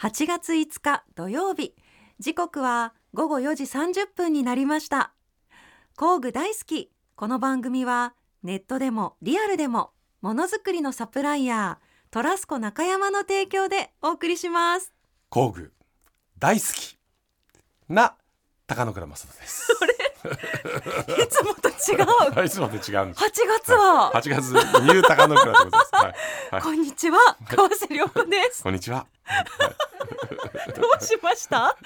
8月5日土曜日時刻は午後4時30分になりました工具大好きこの番組はネットでもリアルでもものづくりのサプライヤートラスコ中山の提供でお送りします工具大好きな高野倉正人です。 いつもと違ういつもと違うんです。 8月は8月ニュー高野倉でございます。はい、はいこんにちは川瀬良子ですこんにちは。どうしました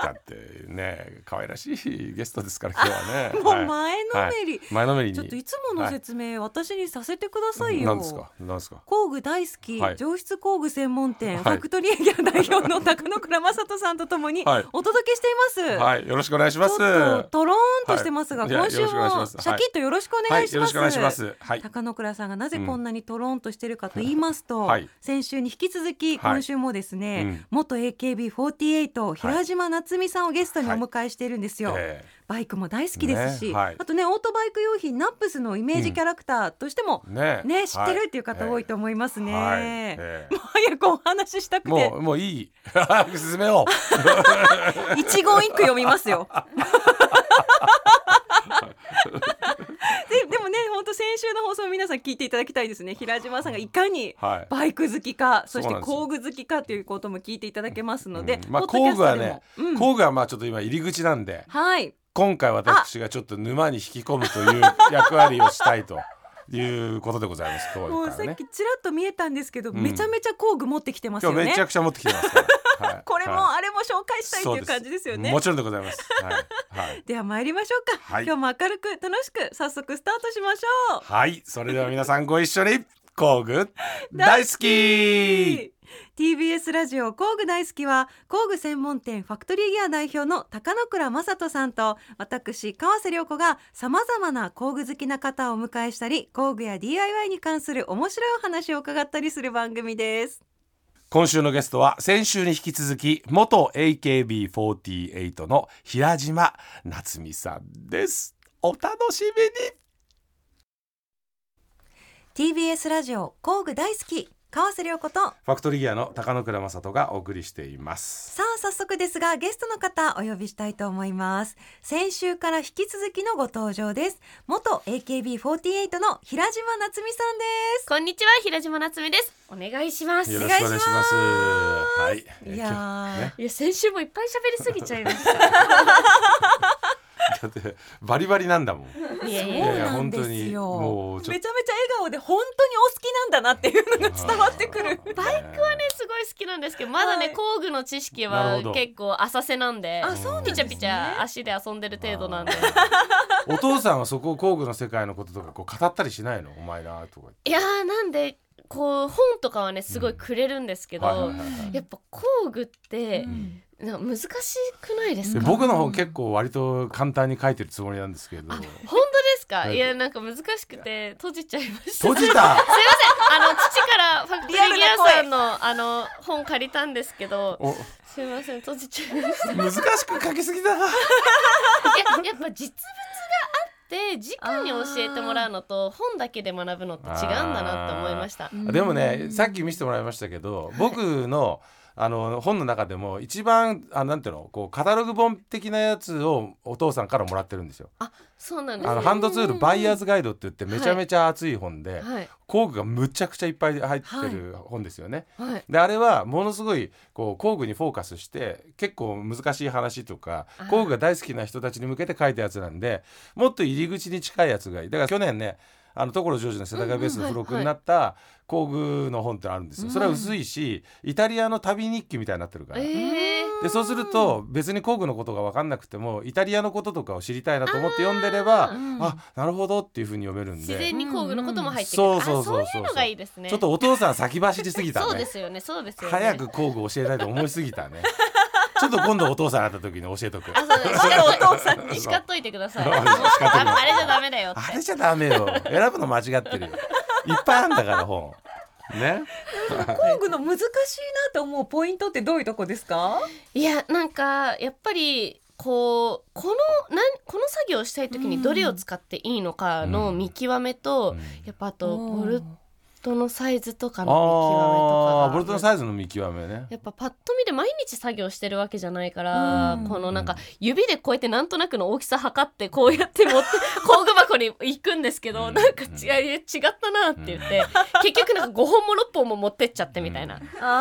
だってね可愛らしいゲストですから今日はね。もうはい前のめりはい前のめりに。ちょっといつもの説明、私にさせてくださいよ。なんですかなんですか。工具大好き、はい上質工具専門店、はいファクトリーギャ代表の高野倉正人さんとともにはいお届けしています。はいよろしくお願いします。ちょっとトローンとしてますが、はいいや今週もよろしくお願いしますシャキッとよろしくおは願いいしよまろす。しくお願いします。はい。高野倉さんがなぜこんなにトローンとしてるかと言いますと、はい先週に引き続きはい今週もですね、うん元 AKB48 平島夏美さんをゲストにお迎えしているんですよ、えバイクも大好きですし、ねはいあとねオートバイク用品ナップスのイメージキャラクターとしてもー、ねね、知ってるっていう方多いと思思いますね。はいえもう早くお話ししたくーもてうもうい い進めよう。一言一句読みます よ。ででもね本当先週の放送皆さん聞いていただきたいですね平島さんがいかにはい。バイク好きかそしそうてなんですよ工具好きかということも聞いていただけますので、うんまあポッドキ工ャス具トはでもね、うん工具はまあちょっと今入り口なんで、はい今回私がちょっと沼に引き込むという役割をしたい ということでございます。今もう日さかっらね。きちらっと見えたんですけど、うんめちゃめちゃ工具持ってきてます今よ日ね。めちゃくちゃ持ってきてますから。はいこれもはあれも紹介いしたいっていう感じですよね。もちろんでございます。はい。はい。では参りましょうか、はい今日も明るく楽しく早速スタートしましょうはいそれでは皆さんご一緒に工具大好き。 TBS ラジオ工具大好きは工具専門店ファクトリーギア代表の高野倉正人さんと私川瀬良子がさまざまな工具好きな方をお迎えしたり工具や DIY に関する面白いお話を伺ったりする番組です今週のゲストは先週に引き続き元 AKB48 の平島夏美さんです。お楽しみに。 TBS ラジオ工具大好き川瀬良子とファクトリーギアの高野倉正人がお送りしています。さあ早速ですがゲストの方お呼びしたいと思います先週から引き続きのご登場です元 AKB48 の平島夏美さんですこんにちは平島夏美ですお願いしますよろいしくお願いします。はい。いやーねや先週もいっぱい喋りすぎちゃいましだってバリバリなんだもん。た いそやういやいやなんですいやよ。本当にもめうちゃちょめっとちゃ笑顔で本当にお好きなんだなっていうのが伝わってくる。バイクはね。すごい好きなんですけどまだね、はい工具の知識なるはほど結構浅瀬なんであそうなんですピチねャピチャ足で遊んでる程度なんでお父さんはそこを工具の世界のこととかこう語ったりしないのお前なとかいやーなんでこう本とかはねすごいくれるんですけ言っど、て。はいはいはいはいやっぱ工具ってうんなんか難しくないですでか僕の方結構割と簡単に書いてるつもりなんですけど。あ本当ですかはいいやなんか難しくて閉じちゃいました閉じた。あの父からフ ァクトリーギアさんのあの本借りたんですけどおすみません閉じちゃいましたい難しく書きすぎだな。ややっぱ実物があって直に教えてもらうのと本だけで学ぶのって違うんだなって思いましたうんでもねさっき見せてもらいましたけど、僕のあの本の中でも一番あなんていうのこうカタログ本的なやつをお父さんからもらってるんですよ。そうなんですあのよハンドツールバイヤーズガイドって言ってはいめちゃめちゃ厚い本で、はい工具がむちゃくちゃいっぱい入ってる本ですよね。はいであれはものすごいこう工具にフォーカスして結構難しい話とかあー工具が大好きな人たちに向けて書いたやつなんでもっと入り口に近いやつがいいだから去年ねあの所ジョージの世田谷ベースの付録になった工具の本ってあるんですよ。それは薄いしイタリアの旅日記みたいになってるから。えーでそうすると別に工具のことが分かんなくてもイタリアのこととかを知りたいなと思って読んでればあ,、うんなるほどっていうふうに読めるん自で然に工具のことも入ってくうるんあそうそうそそうういうのがいいですねちょっとお父さん先走りすぎたね。そうですよねそうですよね早く工具教えたいと思いすぎ たねちょっと今度お父さん会った時に教えとくああそうですお父さんにに叱っといてく ださいそうああれじゃダメだよってれじゃダメよ選ぶの間違ってるよいっぱいあんだから本ね工具の難しいなと思うポイントってどういうとこですか？いやなんかやっぱりこうこのなんこの作業をしたい時にどれを使っていいのかの見極めと、うんやっぱあとボルトのサイズとかあのあー見極めとかがボルトのサイズの見極めねやっぱパッと見で毎日作業してるわけじゃないから、うんこのなんか指でこうやってなんとなくの大きさ測ってこうやって持 って工具箱に行くんですけど、うんなんか違い違ったなって言って、結局なんか5本も6本も持ってっちゃってみたいな、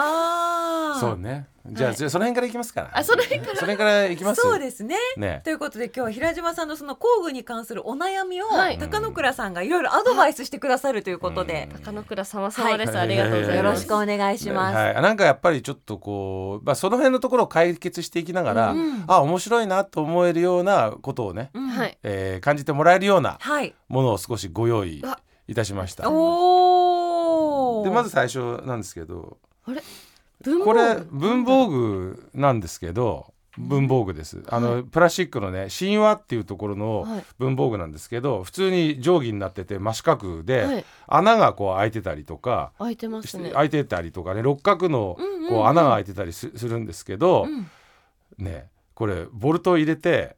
ああそうねじゃあ、はいじゃあその辺からいきますからあその辺からその辺からいきますそうですねねということで今日は平島さんのその工具に関するお悩みを、はい高野倉さんがいろいろアドバイスしてくださるということで、高野倉様様です、はいありがとうございよろましすくお願いします。はい、なんかやっぱりちょっとこう、まあ、その辺のところを解決していきながら、うんあ面白いなと思えるようなことをね、うんはい、えー感じてもらえるようなはい。ものを少しご用意うわいたしました。おお。でまず最初なんですけど文房こ具れ文房具なんですけど文房具ですあの、プラスチックのね神話っていうところのはい文房具なんですけど普通に定規になってて真四角で、はい穴がこう開いてたりとか、開いてますね開いてたりとかね六角のうんうんうんこう穴が開いてたりすするんですけど、うんねこれボルト入れて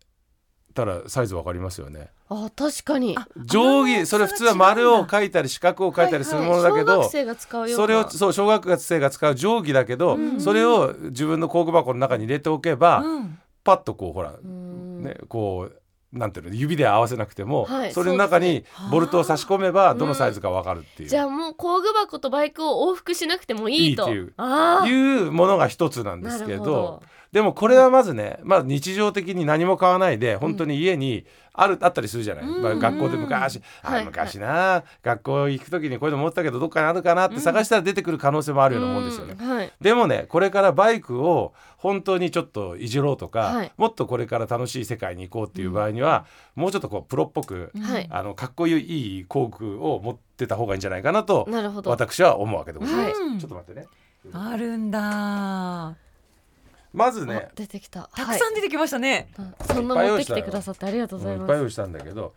たらサイズわかりますよね。あ確かにあ定あの規それ普通違はうんだ丸を書いたり四角を書いたりするものだけ小ど学。生が使うようなそれをそう小学生が使う定規だけど、うんそれを自分の工具箱の中に入れておけば、うんパッとこうほら、うんねこうなんていうの指で合わせなくても、はいそれの中にボルトを差し込めばーどのサイズかわかるっていう、じゃあもう工具箱とバイクを往復しなくてもいいといいっていうああいうものが一つなんでなすけるどほどでもこれはまずね、まあ、日常的に何も買わないで本当に家にあるあったりするじゃない、うんまあ、学校で昔、あはい昔な、学校行く時にこういうの持ってたけどどっかにあるかなって探したら出てくる可能性もあるようなもんですよね。うんはいでもねこれからバイクを本当にちょっといじろうとか、はいもっとこれから楽しい世界に行こうっていう場合には、もうちょっとこうプロっぽく、はいあのかっこいい工具を持ってた方がいいんじゃないかなとなるほど私は思うわけでございます。うんちょっと待ってねあるんだ。まずあね出てきたたくさんん出てきましたね。そんな持ってきてくださってありがとうございうんいっまぱいす用意したんだけど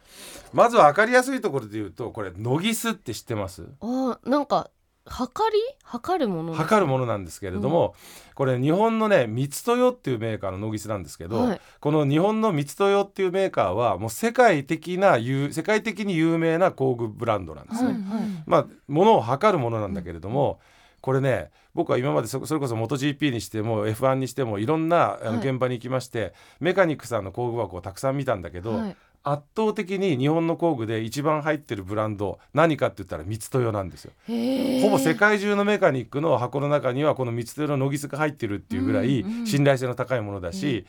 まずは分かりやすいところで言うとこれノギスって知ってますあーなんか測り測るもの測るものなんですけれども、これ日本のね三豊っていうメーカーのノギスなんですけど、はいこの日本の三豊っていうメーカーはもう世界的な有世界的に有名な工具ブランドなんですね。はいまあ物を測るものなんだけれども、これね僕は今までそそれこそ MotoGP にしても F1 にしてもいろんなあのはい現場に行きまして、メカニックさんの工具箱をたくさん見たんだけど、はい圧倒的に日本の工具で一番入ってるブランド何かって言ったら三豊なんですよ。へーほぼ世界中のメカニックの箱の中にはこの三つ手のノギスが入ってるっていうぐらいうんうん信頼性の高いものだし、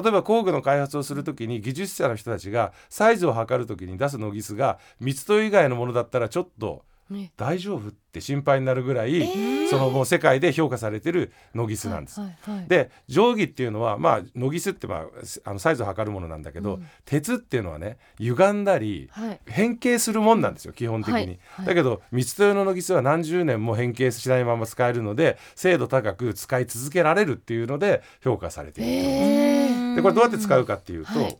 例えば工具の開発をする時に技術者の人たちがサイズを測る時に出すノギスが三つ手以外のものだったらちょっとね大丈夫って心配になるぐらえい、ーそのもう世界で評価されてるノギスなんです。はいはいはいで定規っていうのはまあノギスってまあすあのサイズを測るものなんだけど、うん鉄っていうのはね歪んだりはい変形するもんなんですよ基本的に、はいはいだけど三つ豊のノギスは何十年も変形しないまま使えるので精度高く使い続けられるっていうので評価されていると、へーでこれどうやって使うかっていうと、はい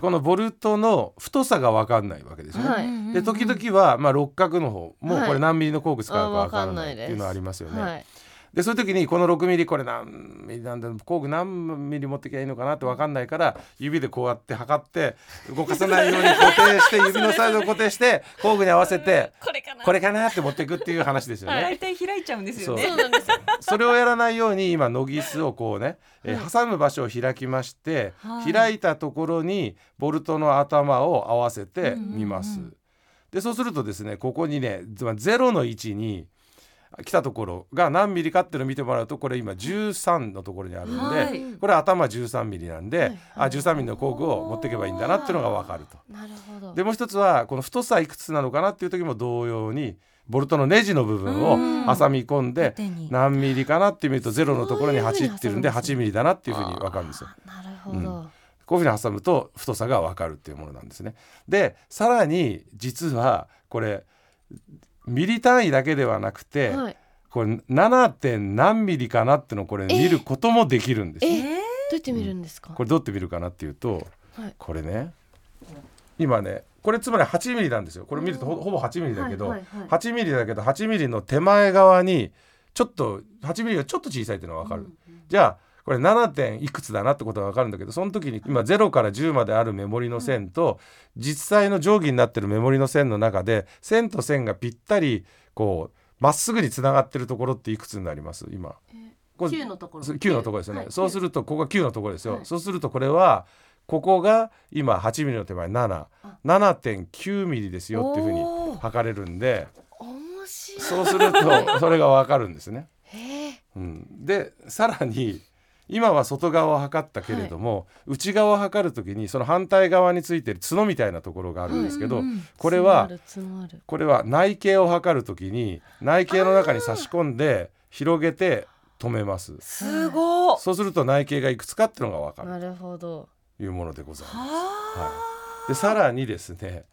このボルトの太さが分かんないわけですよね、はいで時々は、まあ、六角の方もはいこれ何ミリの工具使うか分からあ分かんなないいっでてすいうのはありますよね。はいでそういう時にこの6ミリこれ何ミリなんだ工具何ミリ持ってきゃいいのかなって分かんないから指でこうやって測って動かさないように固定して指のサイズを固定して工具に合わせてこれかなこれかなって持っていくっていう話ですよね。大体開いちゃうんですよね。そうなんですよそれをやらないように今ノギスをこうね、えー挟む場所を開きまして、はい開いたところにボルトの頭を合わせてみます。うんうんでそうするとですねここにねつまりゼロの位置に来たところが何ミリかっていうのを見てもらうとこれ今13のところにあるので、はいこれ頭13ミリなんで、はいあ13ミリの工具を持っていけばいいんだなっていうのが分かると。なるほどでもう一つはこの太さいくつなのかなっていう時も同様にボルトのネジの部分をうん挟み込んで縦に何ミリかなって見るとゼロのところにそういう風に8ってるんで挟むんです8ねミリだなっていうふうに分かるんですよ。あなるほどこういうふうに挟むと太さが分かるっていうものなんですね。でさらに実はこれミリ単位だけではなくて、はいこれ 7. 点何ミリかなってのをこれ見ることもできるんですよ。ええどうやって見るんですかこれどうやって見るかなっていうとはいこれね今ねこれつまり8ミリなんですよこれ見るとほほぼ8ミリだけど、はいはいはい8ミリだけど8ミリの手前側にちょっと8ミリがちょっと小さいっていうのが分かる、じゃあこれ 7. 点いくつだなってことが分かるんだけどその時に今0から10まであるメモリの線と、実際の定規になってるメモリの線の中で線と線がぴったりこうまっすぐにつながってるところっていくつになります今これ九のところ。そう9のところですよね、はいそうするとここが9のところですよ、はいそうするとこれはここが今8ミリの手前あ77.9ミリですよっていうふうにおー測れるんで面白い。そうする とそれがわかるんですね。へえ。うん、でさらに今は外側を測ったけれども、内側を測るときにその反対側についてる角みたいなところがあるんですけど、うんうんこれは積もる。積もるこれは内径を測るときに内径の中に差し込んで広げて止めます。すごいそうすると内径がいくつかっていうのがわかるなるほど。というものでございます。はでさらにですね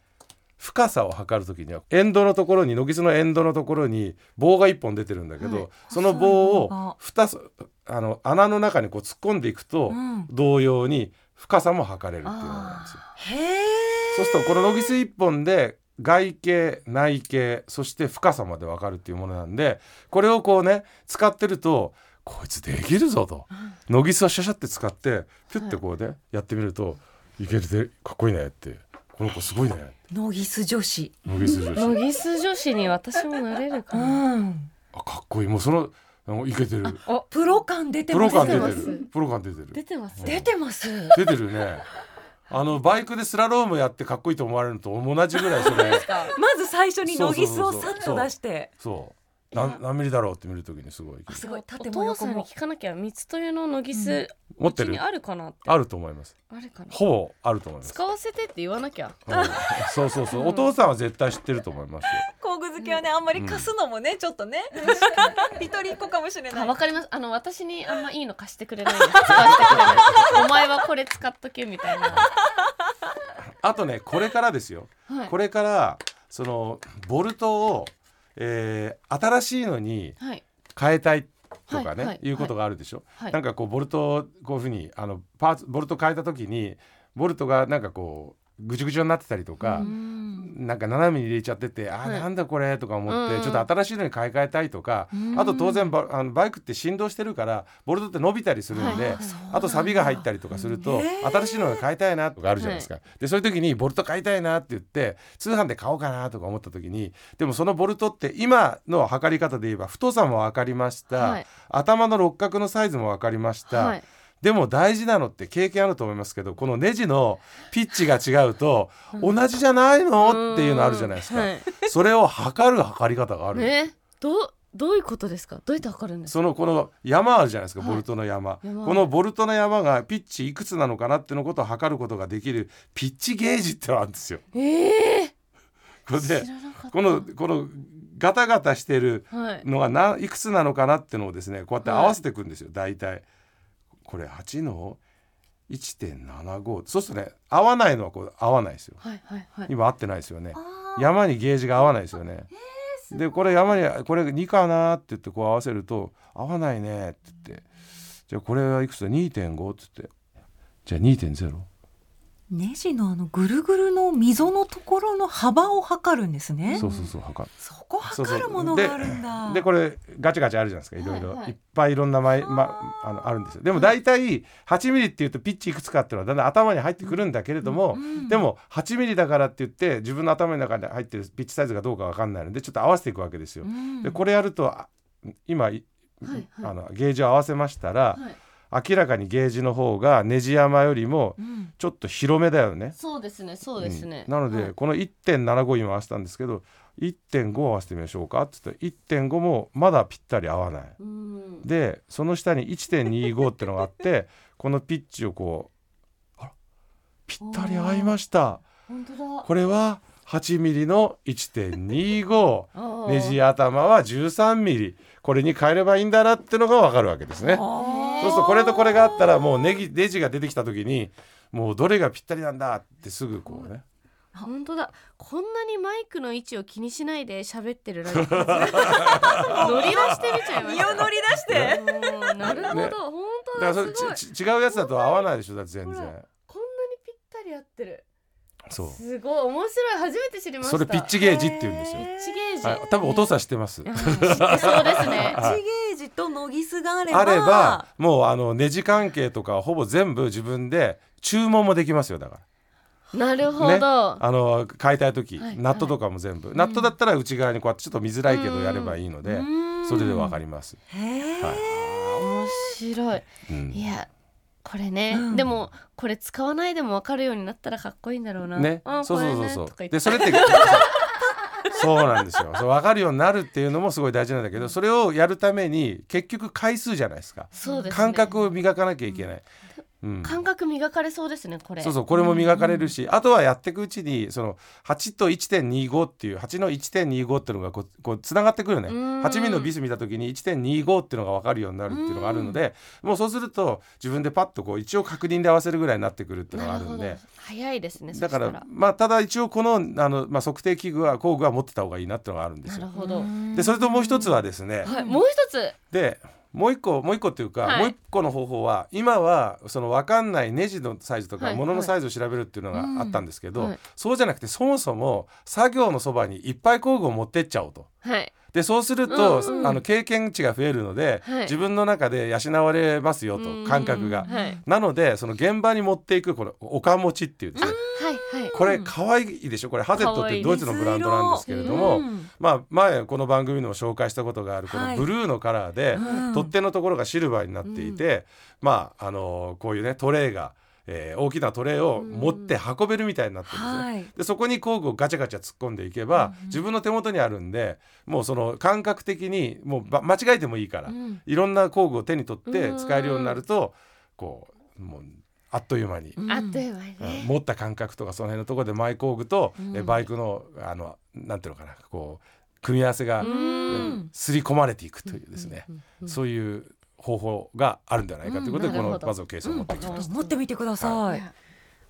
深さを測るときにはエンドのところに軒津のエンドのところに棒が1本出てるんだけど、はいその棒細い棒がを二つあの穴の中にこう突っ込んでいくと、うん同様に深さも測れるっていうものなんですよ。へえそうするとこの軒津1本で外径内径そして深さまで分かるっていうものなんでこれをこうね使ってるとこいつできるぞと軒津をシャシャって使ってピュッてこうねやってみるといけるでかっこいいねってこの子すごいねってノギス女子乃木筋女ノ子ギス女子に私もなれるうかな。んあかっこいいもうそのあのいけてるお、プロ感出てプまロす感出まてするプロ感出て出るてます。出てます出てるねあのバイクでスラロームやってかっこいいと思われるのと同じぐらいそ れまず最初にノギスをさっと出してそうな何ミリだろうって見るときにすごいあすごい縦もお父横さんにも聞かなきゃ三つ豊のノギス持ってうちにるあるかなって。あると思いますあるかな。ほぼあると思います使わせてって言わなきゃ。うんそうそうそうお父さんは絶対知ってると思いますよ工具好きはねあんまり貸すのもねちょっとね一人っ子かもしれなあいわかりますあの私にあんまいいの貸してくれないんです使わせてく れないお前はこれ使っとけみたいな、あとねこれからですよはい、これからそのボルトを、えー新しいのにはい変えたいとかはね、いいはいうことがあるでしょ、はいなんかこうボルトをこういうふうにあのパーツボルト変えた時にボルトがなんかこうぐちゅぐちゅになってたりとか、うんなんか斜めに入れちゃってて、あーはいなんだこれとか思って、うんちょっと新しいのに買い替えたいとか、うんあと当然バあのバイクって振動してるからボルトって伸びたりするんで、はいあとサビが入ったりとかすると、へー新しいのが買いたいなとかあるじゃないですか、でそういう時にボルト買いたいなって言って通販で買おうかなとか思った時にでもそのボルトって今の測り方で言えば太さも分かりました、はい頭の六角のサイズも分かりました、はいでも大事なのって経験あると思いますけどこのネジのピッチが違うと同じじゃないのっていうのあるじゃないですか、うんはいそれを測る測り方がある、ねどうどういうことですかどうやって測るんですかそのこの山あるじゃないですか、はいボルトの山山このボルトの山がピッチいくつなのかなってのことを測ることができるピッチゲージってのがあるんですよ。ええこれで知らなかったこのこのガタガタしてるはいのがないくつなのかなってのをですねこうやって合わせていくんですよ、大体。これ8の1.75そうするとね合わないのはこう合わないですよ。はいはいはい今合ってないですよね。あー山にゲージが合わないですよね。でこれ山にこれ2かなって言ってこう合わせると合わないねって言ってじゃあこれはいくつだ2.5って言ってじゃあ2.0ネジのあのぐるぐるの溝のところの幅を測るんですねそうそうそう測るそこ測るものそうそうがあるんだでこれガチャガチャあるじゃないですかいろいろ、はいいはいっぱいいろんなままあのあるんですよでも大体8ミリっていうとピッチいくつかっていうのはだんだん頭に入ってくるんだけれども、うんでも8ミリだからって言って自分の頭の中に入ってるピッチサイズがどうかわかんないのでちょっと合わせていくわけですよ。うんでこれやるとあ今いはいはいあのゲージを合わせましたら、はい明らかにゲージの方がネジ山よりもうんちょっと広めだよね。そうですねそうですね、うんなので、はいこの1.75今合わせたんですけど1.5を合わせてみましょうかって言ったら1.5もまだぴったり合わない。うんでその下に1.25ってのがあって このピッチをこうあらぴったり合いました。本当だこれは8ミリの1.25。 あーネジ頭は13ミリこれに変えればいいんだなってのがわかるわけですねそうあーするとこれとこれがあったらもうネギネジが出てきた時にもうどれがぴったりなんだってすぐこうね本当だこんなにマイクの位置を気にしないで喋ってるラ ジオ乗り出してみちゃいまし身を乗り 出してたおーなるほど、ね本当だからだすごいそれちち違うやつだと合わないでしょだって全ほ然らこんなにぴったり合ってるそすごい面白い初めて知りまうしたそれピッチゲージって言うんですよへピッチゲージ、はい多分お父さん知ってますうん知ってそう ですねピッチゲージとノギスがあればあればもうあのネジ関係とかほぼ全部自分で注文もできますよだからなるほねど、あの変えたい時、はいナットとかも全部、ナットだったら内側にこうやってちょっと見づらいけどやればいいので、それでわかりります。へえ、はい面白いうんいやこれね、うんでもこれ使わないでも分かるようになったらかっこいいんだろうな。ねあ、そうそうそうこれねそとかう。言ってでそれって そうなんですよ。そう分かるようになるっていうのもすごい大事なんだけど、それをやるために結局回数じゃないですか。そうですね感覚を磨かなきゃいけない。うん。感覚磨かれそうですねこれ。そうそうこれも磨かれるし、あとはやっていくうちにその8と1.25っていう8の1.25っていうのがこうこうつながってくるねうん8ミリのビス見た時に1.25っていうのが分かるようになるっていうのがあるのでもうそうすると自分でパッとこう一応確認で合わせるぐらいになってくるっていうのがあなるるほんどで。早いですね。だかそしたらまあただ一応このあの、まあ、測定器具は工具は持ってた方がいいなっていうのがあるんですなるよ。ほど。でそれともう一つはですね、はいもう一つ。でもう一個もう一個っていうか、はいもう一個の方法は今はその分かんないネジのサイズとはかい物のサイズを調べるっていうのがあったんですけど、うんはいそうじゃなくてそもそも作業のそばにいっぱい工具を持ってっちゃおうと。はい。でそうすると、うんうんあの経験値が増えるので、はい自分の中で養われますよと感覚がうん。はい。なのでその現場に持っていくこのおか持ちっていうですねはいはい。これ可愛いでしょこれハゼットっ可愛ていドイツのブランドなんですけれども、うんまあ、前この番組でも紹介したことがあるこはのいブルーのカラーで、うん取っ手のところがシルバーになっていて、まああのこういうねトレイが、えー大きなトレイを持って運べるみたいになってるんですね。はいでそこに工具をガチャガチャ突っ込んでいけば、自分の手元にあるんでもうその感覚的にもうば間違えてもいいから、うんいろんな工具を手に取ってうん使えるようになるとこうもうあっという間にうんあっという間にうんね。持った感覚とかその辺のところでマイ工具と、うんえバイクのあのなんていうのかなこう組み合わせが、ううんすり込まれていくというですね、うんうんそういう方法があるんじゃないかということで、うんこなるのほどまずケースを持ってきちてょっまとす。持ってみてください、いや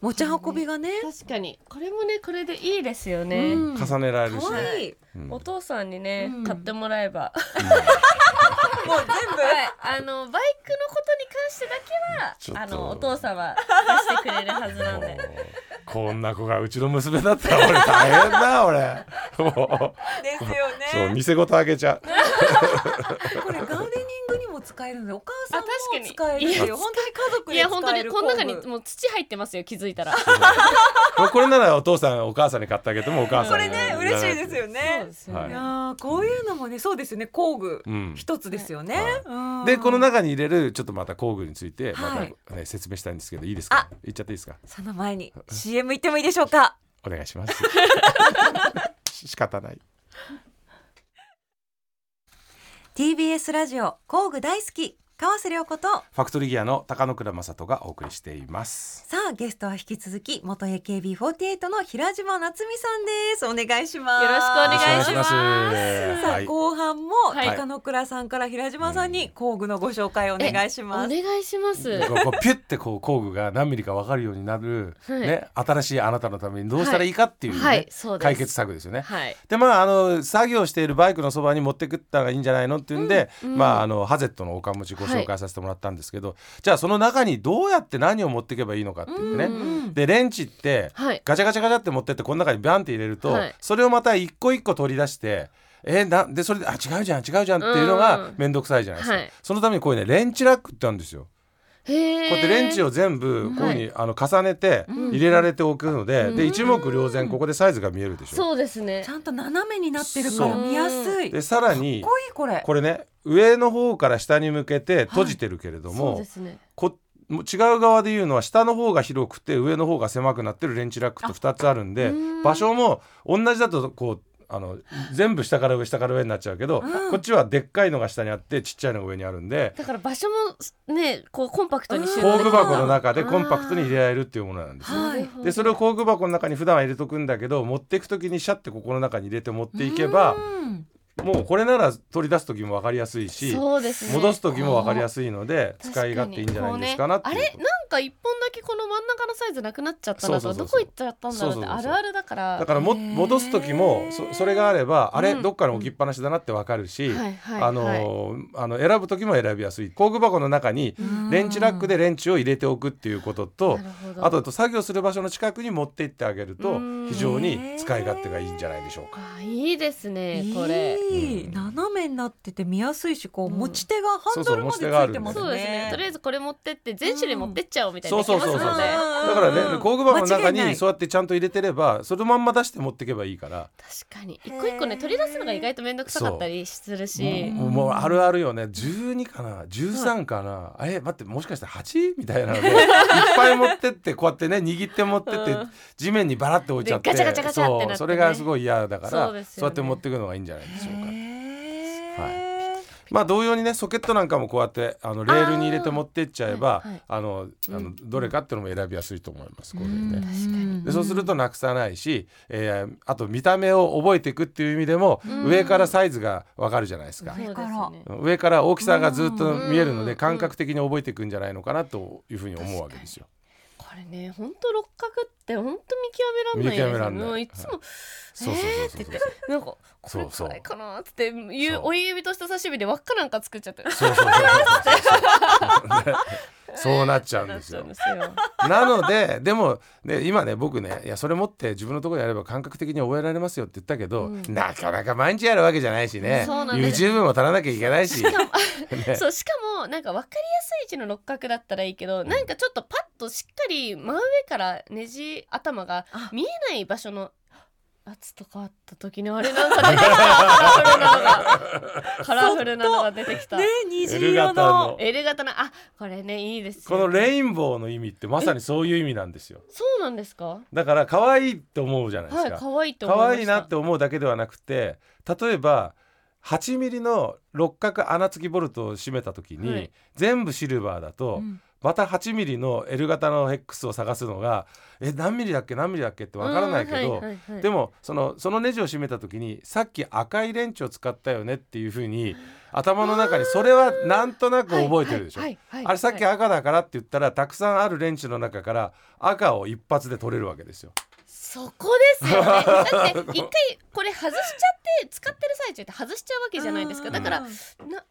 持ち運びがね確かにこれもねこれでいいですようね。ん重ねられるし可ね、愛いうんお父さんにね、うん買ってもらえば。もう全部はい、 あのバイクのことに関してだちけょっはとあのお父さんは貸してくれるはずなんでもうこんな子がうちの娘だったら俺大変だ 俺もですうそうよね見せ事あげちゃう これガーデニングにも使えるのでお母さんもあ確かに使えるしいや本当に家族で使いえやる本当にこの中に工具もう土入ってますよ気づいた らこれこれならお父さんお母さんに買ってあげてもお母さんこれね嬉しいですよね、ねすよねはいいやーこういうのもねそうですよね工具うん、一つですよね、うんでこの中に入れるちょっとまた工具についてまた、はねい説明したいんですけどいいですか言っちゃっていいですかその前に CM 行ってもいいでしょうかお願いし ます仕方ない TBS ラジオ工具大好き川瀬良子とファクトリーギアの高野倉正人がお送りしていますさあゲストは引き続き元 AKB48 の平島夏美さんですお願いしますよろしくお願いしますさはあい、後半もはい高野倉さんから平島さんに工具のご紹介をお願いしおます。願いしますこうこうピュってこう工具が何ミリか分かるようになる、はいね、新しいあなたのためにどうしたらいいかっていう、ねはいそうです解決策ですよね。はいでまああの作業しているバイクのそばに持ってくったらいいんじゃないのっていうんで、うんうんまああのハゼットのおかん持ちご紹介させてもらったんですけど、じゃあその中にどうやって何を持っていけばいいのかって言ってね、うんうんでレンチってはいガチャガチャガチャって持ってってこの中にバンって入れると、はいそれをまた一個一個取り出してえーなでそれであ違うじゃん違うじゃんっていうのうがん面倒くさいじゃないですか、はいそのためにこういうねレンチラックってあるんですよ。へえこうやってレンチを全部こういうふうに、あの重ねて入れられておくので,、で一目瞭然ここでサイズが見えるでしょ。そうですねちゃんと斜めになってるからそう見やすい。かでっさらにこいいこれ。これね上の方から下に向けて閉じてるけれどそうも、ですねこもう違う側で言うのは下の方が広くて上の方が狭くなってるレンチラックと2つあるんでうん場所も同じだとこうあの全部下から上下から上になっちゃうけど、こっちはでっかいのが下にあってちっちゃいのが上にあるんでだから場所もねこうコンパクトに収納工で具き箱の中でコンパクトに入れられるっていうものなんです。はい。でそれを工具箱の中に普段は入れとくんだけど持っていく時にシャッてここの中に入れて持っていけばうんもうこれなら取り出す時も分かりやすいしそうですね戻す時も分かりやすいので確使かにい勝手いいんじゃないですかなっていうこうねあれなんか一本だけこの真ん中のサイズなくなっちゃったなそうとかそうどそこうそう行っちゃったんだろうそうそうそってうそうあるあるだからだからもへー戻す時もそそれがあればあれ、うんどっかに置きっぱなしだなってわかるし、はいはいあのーあの選ぶ時も選びやすい工具箱の中にうんレンチラックでレンチを入れておくっていうこととなるほどあと作業する場所の近くに持って行ってあげるとうん非常に使い勝手がいいんじゃないでしょうか。あいいですねこれいいうん斜めになってて見やすいしこううん持ち手がハンドそうそうルま持ちでつ手があいるてんでますね。そうですねとりあえずこれ持ってって全種類持ってっちちゃおうみたいになりますそうのそうそうでそううんだからね工具箱の中間違いなにいそうやってちゃんと入れてればそのまんま出して持っていけばいいから確かに一個一個ね取り出すのが意外と面倒くさかったりするしもうもうあるあるよね12かな13かな、え待ってもしかして 8? みたいな のでいっぱい持ってってこうやってね握って持ってって、うん地面にバラって置いちゃってでガチャガチャガチャってなってそねうそれがすごい嫌だからそうですよねやって持っていくのがいいんじゃないでしょうか。へーまあ同様にねソケットなんかもこうやってあのレールに入れて持ってっちゃえばあーはいはいあのあうのんどれかっていうのも選びやすいと思いますこれうんで。にでそうするとなくさないし、えーあと見た目を覚えていくっていう意味でもうん上からサイズがわかるじゃないですそうかで。すね上から大きさがずっと見えるのうでん感覚的に覚えていくんじゃないのかなというふうに思うわけですよ。これね本当六角って本当見極めらんないですよ見極めらんないもういつもそうそうそうそうなんかこそれうそうくらいかなっていそうう親指と人差し指で輪っかなんか作っちゃってそうそうそうそうそうそうなっちゃうんですよなっ。ちゃうんですよなのででも、ね、今ね僕ねいやそれ持って自分のところでやれば感覚的に覚えられますよって言ったけど、うんなかなか毎日やるわけじゃないしねそうなんです YouTube も足らなきゃいけない し。ねそうしかもなんか分かりやすい位置の六角だったらいいけど、なんかちょっとパッとしっかり真上からねじ頭があ見えない場所のやつとかあった時にあれなんか出てき たカラフルなのがカラフルなのが出てきた、ね虹 L 色型のの L 型のあこれねいいですこよのレインボーの意味ってまさにそういう意味なんですよそうなんですかだから可愛いと思うじゃないですはいか、可愛いと思い可ま愛しいたなって思うだけではなくて例えば8ミリの六角穴付きボルトを締めた時に、はい全部シルバーだと、うんまた8ミリの L 型のヘックスを探すのがえ何ミリだっけ何ミリだっけってわからないけど、うんはいはいはいでもそのそのネジを締めた時にさっき赤いレンチを使ったよねっていうふうに頭の中にそれはなんとなく覚えてるでしょ。はいはいはあいれさっきはい赤だからって言ったらたくさんあるレンチの中から赤を一発で取れるわけですよ。そこ ですよねだって一回これ外しちゃって使ってる最中って外しちゃうわけじゃないですかだからうんな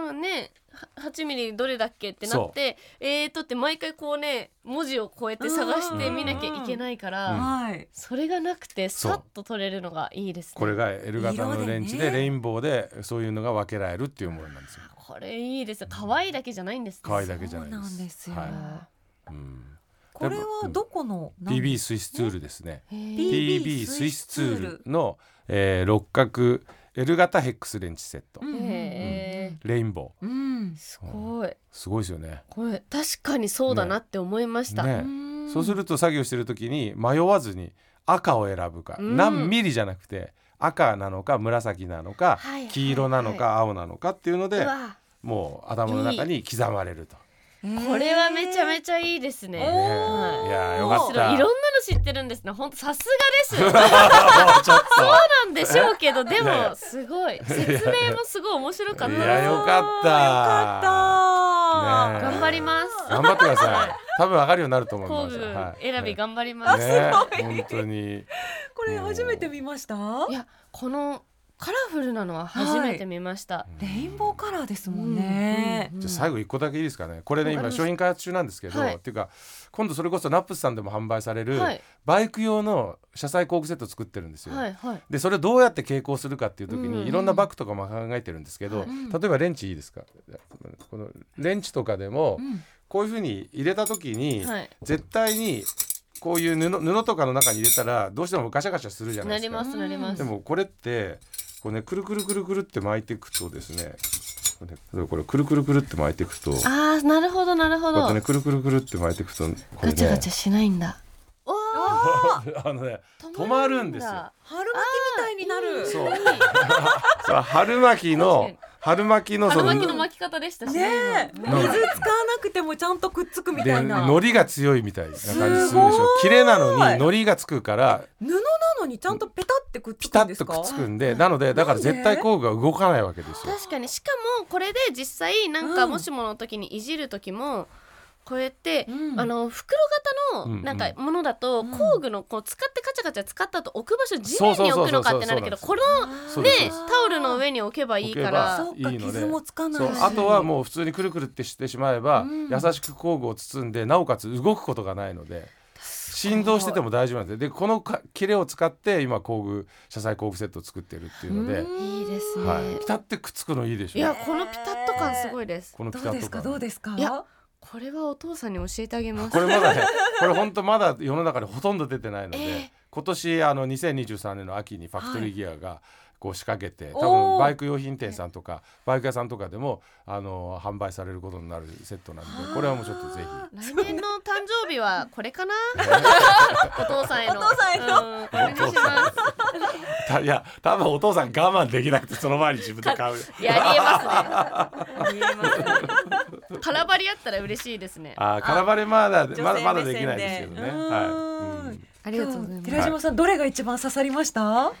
なねは8ミリどれだっけってなってえーとって毎回こうね文字をこうやって探して見なきゃいけないから、うんはいそれがなくてそうさっと取れるのがいいですねこれが L 型色でのねレンチでレインボーでそういうのが分けられるっていうものなんですよ。これいいです可愛いだけじゃないんですね可愛いだけじゃないです。そうなんですよはいあうんこれはどこの PB スイスツールですね。ーへー PB スイスツールの、えー六角 L 型ヘックスレンチセット、うんへレインボーうんすごいすごいですよね。これ確かにそうだなって思いました、ねんそうすると作業してる時に迷わずに赤を選ぶか、うん何ミリじゃなくて赤なのか紫なのか、はい黄色なのか青なのかっていうのうでわもう頭の中に刻まれると。これはめちゃめちゃいいですね、ねいやーよか面っ白た。いいろんなの知ってるんですねほんとさすがですちょっなんでしょうけど でいやいもやすごい説明もすごい面白かったと。いですやよかった。あーよかったねえ頑張ります頑張ってください。多分わかるようになると思い工ます。具はい選びね頑張ります、ね本当に。これ初めて見ましたいやこのカラフルなのは初めて見ました、レインボーカラーですもんねうんうんうじんゃあ最後一個だけいいですかね。これねわ今かりました商品開発中なんですけど、はいっていうか今度それこそナップスさんでも販売されるはいバイク用の車載工具セット作ってるんですよ。はいはいでそれをどうやって傾向するかっていう時うんうんにいろんなバッグとかも考えてるんですけど、はい例えばレンチいいですかこのレンチとかでもうんこういうふうに入れた時にはい絶対にこういう布布とかの中に入れたらどうしてもガシャガシャするじゃなないでりすか。ますなりますでもこれってこうねくるくるくるくるって巻いていくとですねこれ例えばこれくるくるくるって巻いていくとこあーなるほどなるほうやっど、てねくるくるくるって巻いていくとこれガチャガねチャしないんだお あのねー止まるんですよ。春巻きみたいになるそう そう春巻きの確春巻きのそ春の巻きの巻き方でしたしねえ水ん使わなくてもちゃんとくっつく みでたいな海苔が強いみたいな感じするでしょすごい切れなのに海苔がつくから布なのにちゃんとペタってくっつピくタんでッすとかくっつくんでなのでだから絶対工具が動かないわけですよ。確かにしかもこれで実際なんかうんもしもの時にいじる時もこうやって、うんあの袋型うんうのんなんかものだとうん工具のこう使ってカチャカチャ使った後置く場所地そう面そうにそう置くのかってなるけどそこうのそうねですそうですタオルの上に置けばいいか置らそうかいいので傷もつかなそういしあとはもう普通にくるくるってしてしまえば、うん優しく工具を包んでなおかつ動くことがないので振動してても大丈夫なんですよでこのか切れを使って今工具車載工具セットを作ってるっていうので、いいですね、はい、ピタってくっつくのいいでしょいやこのピタッと感すごいですこのピどタうッでとすか感どうですかいやこれはお父さんに教えてあげますこれまだねこれ本当まだ世の中でほとんど出てないので、えー今年あの2023年の秋にファクトリーギアがこう仕掛けて、多おー分バイク用品店さんとかバイク屋さんとかでもあの販売されることになるセットなんでこれはもうちょっとぜひ。来年の誕生日はこれか なお父さんへのお父さんへの、うん、これにしまたいや多分お父さん我慢できなくてその前に自分で 買う。すいやあ りえますねありえますね空張りあったら嬉しいですねあー空張りまだ女性まだまだ目線できないですけどね。うーんはいうん。あありがとうございます寺島さん、どれが一番刺さりました？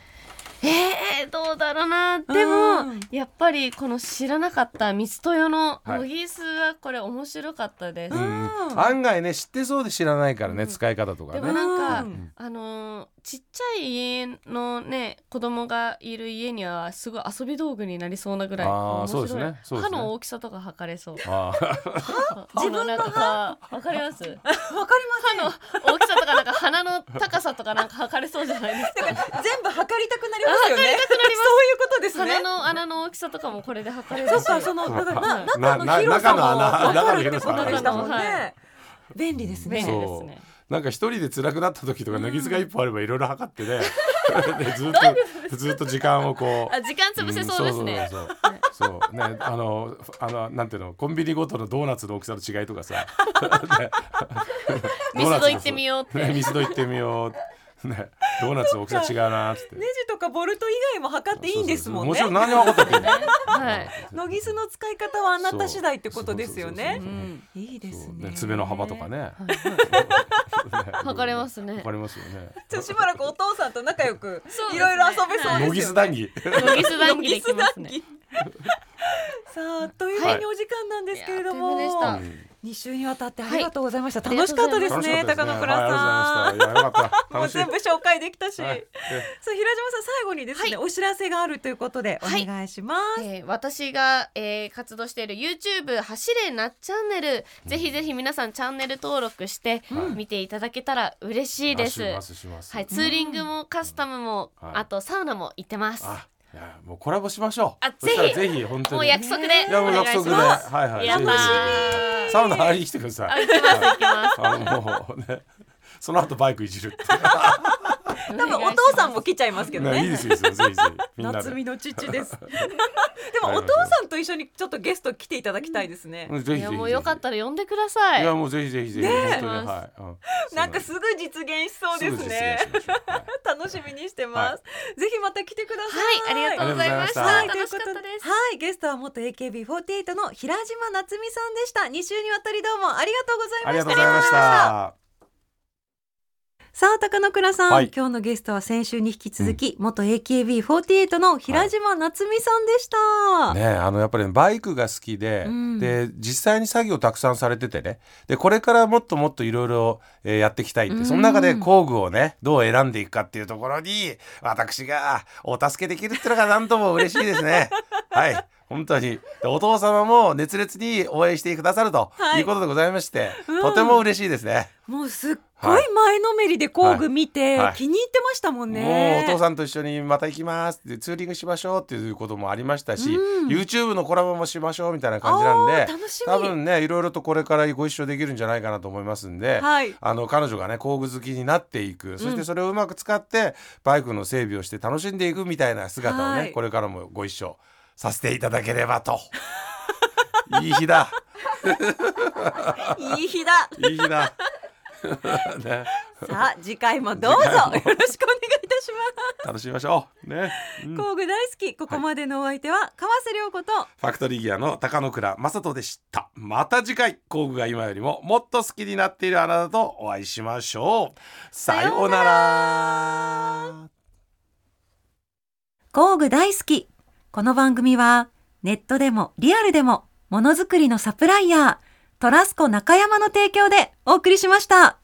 えー、どうだろうなでうもんやっぱりこの知らなかったミスト用のロギースはこれ面白かったです、うん案外ね知ってそうで知らないからね、うん使い方とかでね。もなんか、うんあのーちっちゃい家のね子供がいる家にはすごい遊び道具になりそうなぐらいあー面白いそうですねそうです歯ねの大きさとか測 れそうあー 自分のなんかわかりまわかすりま大きさとかなんか鼻の高さとかなんか測れそうじゃないですかせん。全部測りたくなりますよね。 そういうことです鼻ね。の穴の大きさとかもこれで測れるそしっか、そのだからなな中の広さもな中の穴中の分かるって広さことでしたもん中のはね。便利です便利ね。ですねなんか一人で辛くなった時とか抜き塚一歩あればいろいろ測ってね。でずっとずっと時間をこうあ。時間潰せそうですね、うんそうそうそうそうねあのあのなんていうのコンビニごとのドーナツの大きさの違いとかさねミスド行ってみようってねミスド行ってみようねドーナツの大きさ違うなーっつってネジとかボルト以外も測っていいんですもんね。そうそうそうもちろん何にも分かってないはいノギスの使い方はあなた次第ってことですよねそう。うんいいですそうね。ね爪の幅とかね測れますねわかりますよねちょっとしばらくお父さんと仲良くそうですねいろいろ遊べそうですよね。ノギス談義ノギス談義できますねノギス談義。さあという間にお時間なんですけれども、はいいやあっという間で二週にわたってありがとうございました。い楽しかったです楽しね、かった高野倉はいさありがとうございましたいやよかったん。もう楽しい全部紹介できたし、さあは平い島さん最後にですね、お知らせがあるということでおはい願いします。えー私が、えー活動している YouTube 走れなっチャンネル、ぜひぜひ皆さんチャンネル登録してうん見ていただけたら嬉しいです、あしますしますはい、ツーリングもカスタムも、はいあとサウナも行ってます、あいやもうコラボしましょうあそぜひしたらぜひ本当にもう約束でねいやおもう願い約し束でまはいすはいやったぜひぜーひサウナ入りに来てくださあい行きます行きますあのもうねその後バイクいじるって多分お父さんも来ちゃいますけどねいいね。ですよぜひぜひみんなで夏美の父 です。でわもかおりまし父たさんと一緒にちょっとゲスト来ていただきたいですね。うんぜひぜいひやぜひもうよかったら呼んでくださいいやもうぜひぜひぜひね本当にはいうなんかすぐ実現しそうですね。ぐ実現しましょうはい楽しみにしてます、 ぜひまた来てくださはいい、ありがとうございましたはい、とい楽うしこかっとたでですはい、ゲストは元 AKB48 の平島夏美さんでした。二週にわたりどうもありがとうございました。ありがとうございました。さあ、高野倉さん、はい今日のゲストは先週に引き続き、元 AKB48 の平島夏美さんでした。ねあのやっぱりバイクが好きで、うんで実際に作業たくさんされててねでこれからもっともっといろいろえーやっていきたいって、うんその中で工具をねどう選んでいくかっていうところに私がお助けできるってのが何とも嬉しいで すね。はい本当にでお父様も熱烈に応援してくださるとはいいうことでございまして、うんとても嬉しいですね。もうすっごい前のめりで工具見て、はいはい気に入ってましたもんもうね。お父さんと一緒にまた行きますってツーリングしましょうっていうこともありましたし、うん YouTube のコラボもしましょうみたいな感じなんあでー楽しみ多分ねいろいろとこれからご一緒できるんじゃないかなと思いますんで、はいあの彼女がね工具好きになっていくそしてそれをうまく使ってバイクの整備をして楽しんでいくみたいな姿をね、はいこれからもご一緒させていただけれ ばといい日だいい日だ。いい 日だ、ね、さあ、次回もどうぞよろしくお願いいたします。楽しみましょうね、うんフ工具大好き、ここまでのお相手は、川瀬良子と、ァクトリーギアの高野倉正人でしたまた次回工具が今よりももっと好きになっているあなたとお会いしましょうさようなら工具大好き。この番組はネットでもリアルでもものづくりのサプライヤートラスコ中山の提供でお送りしました。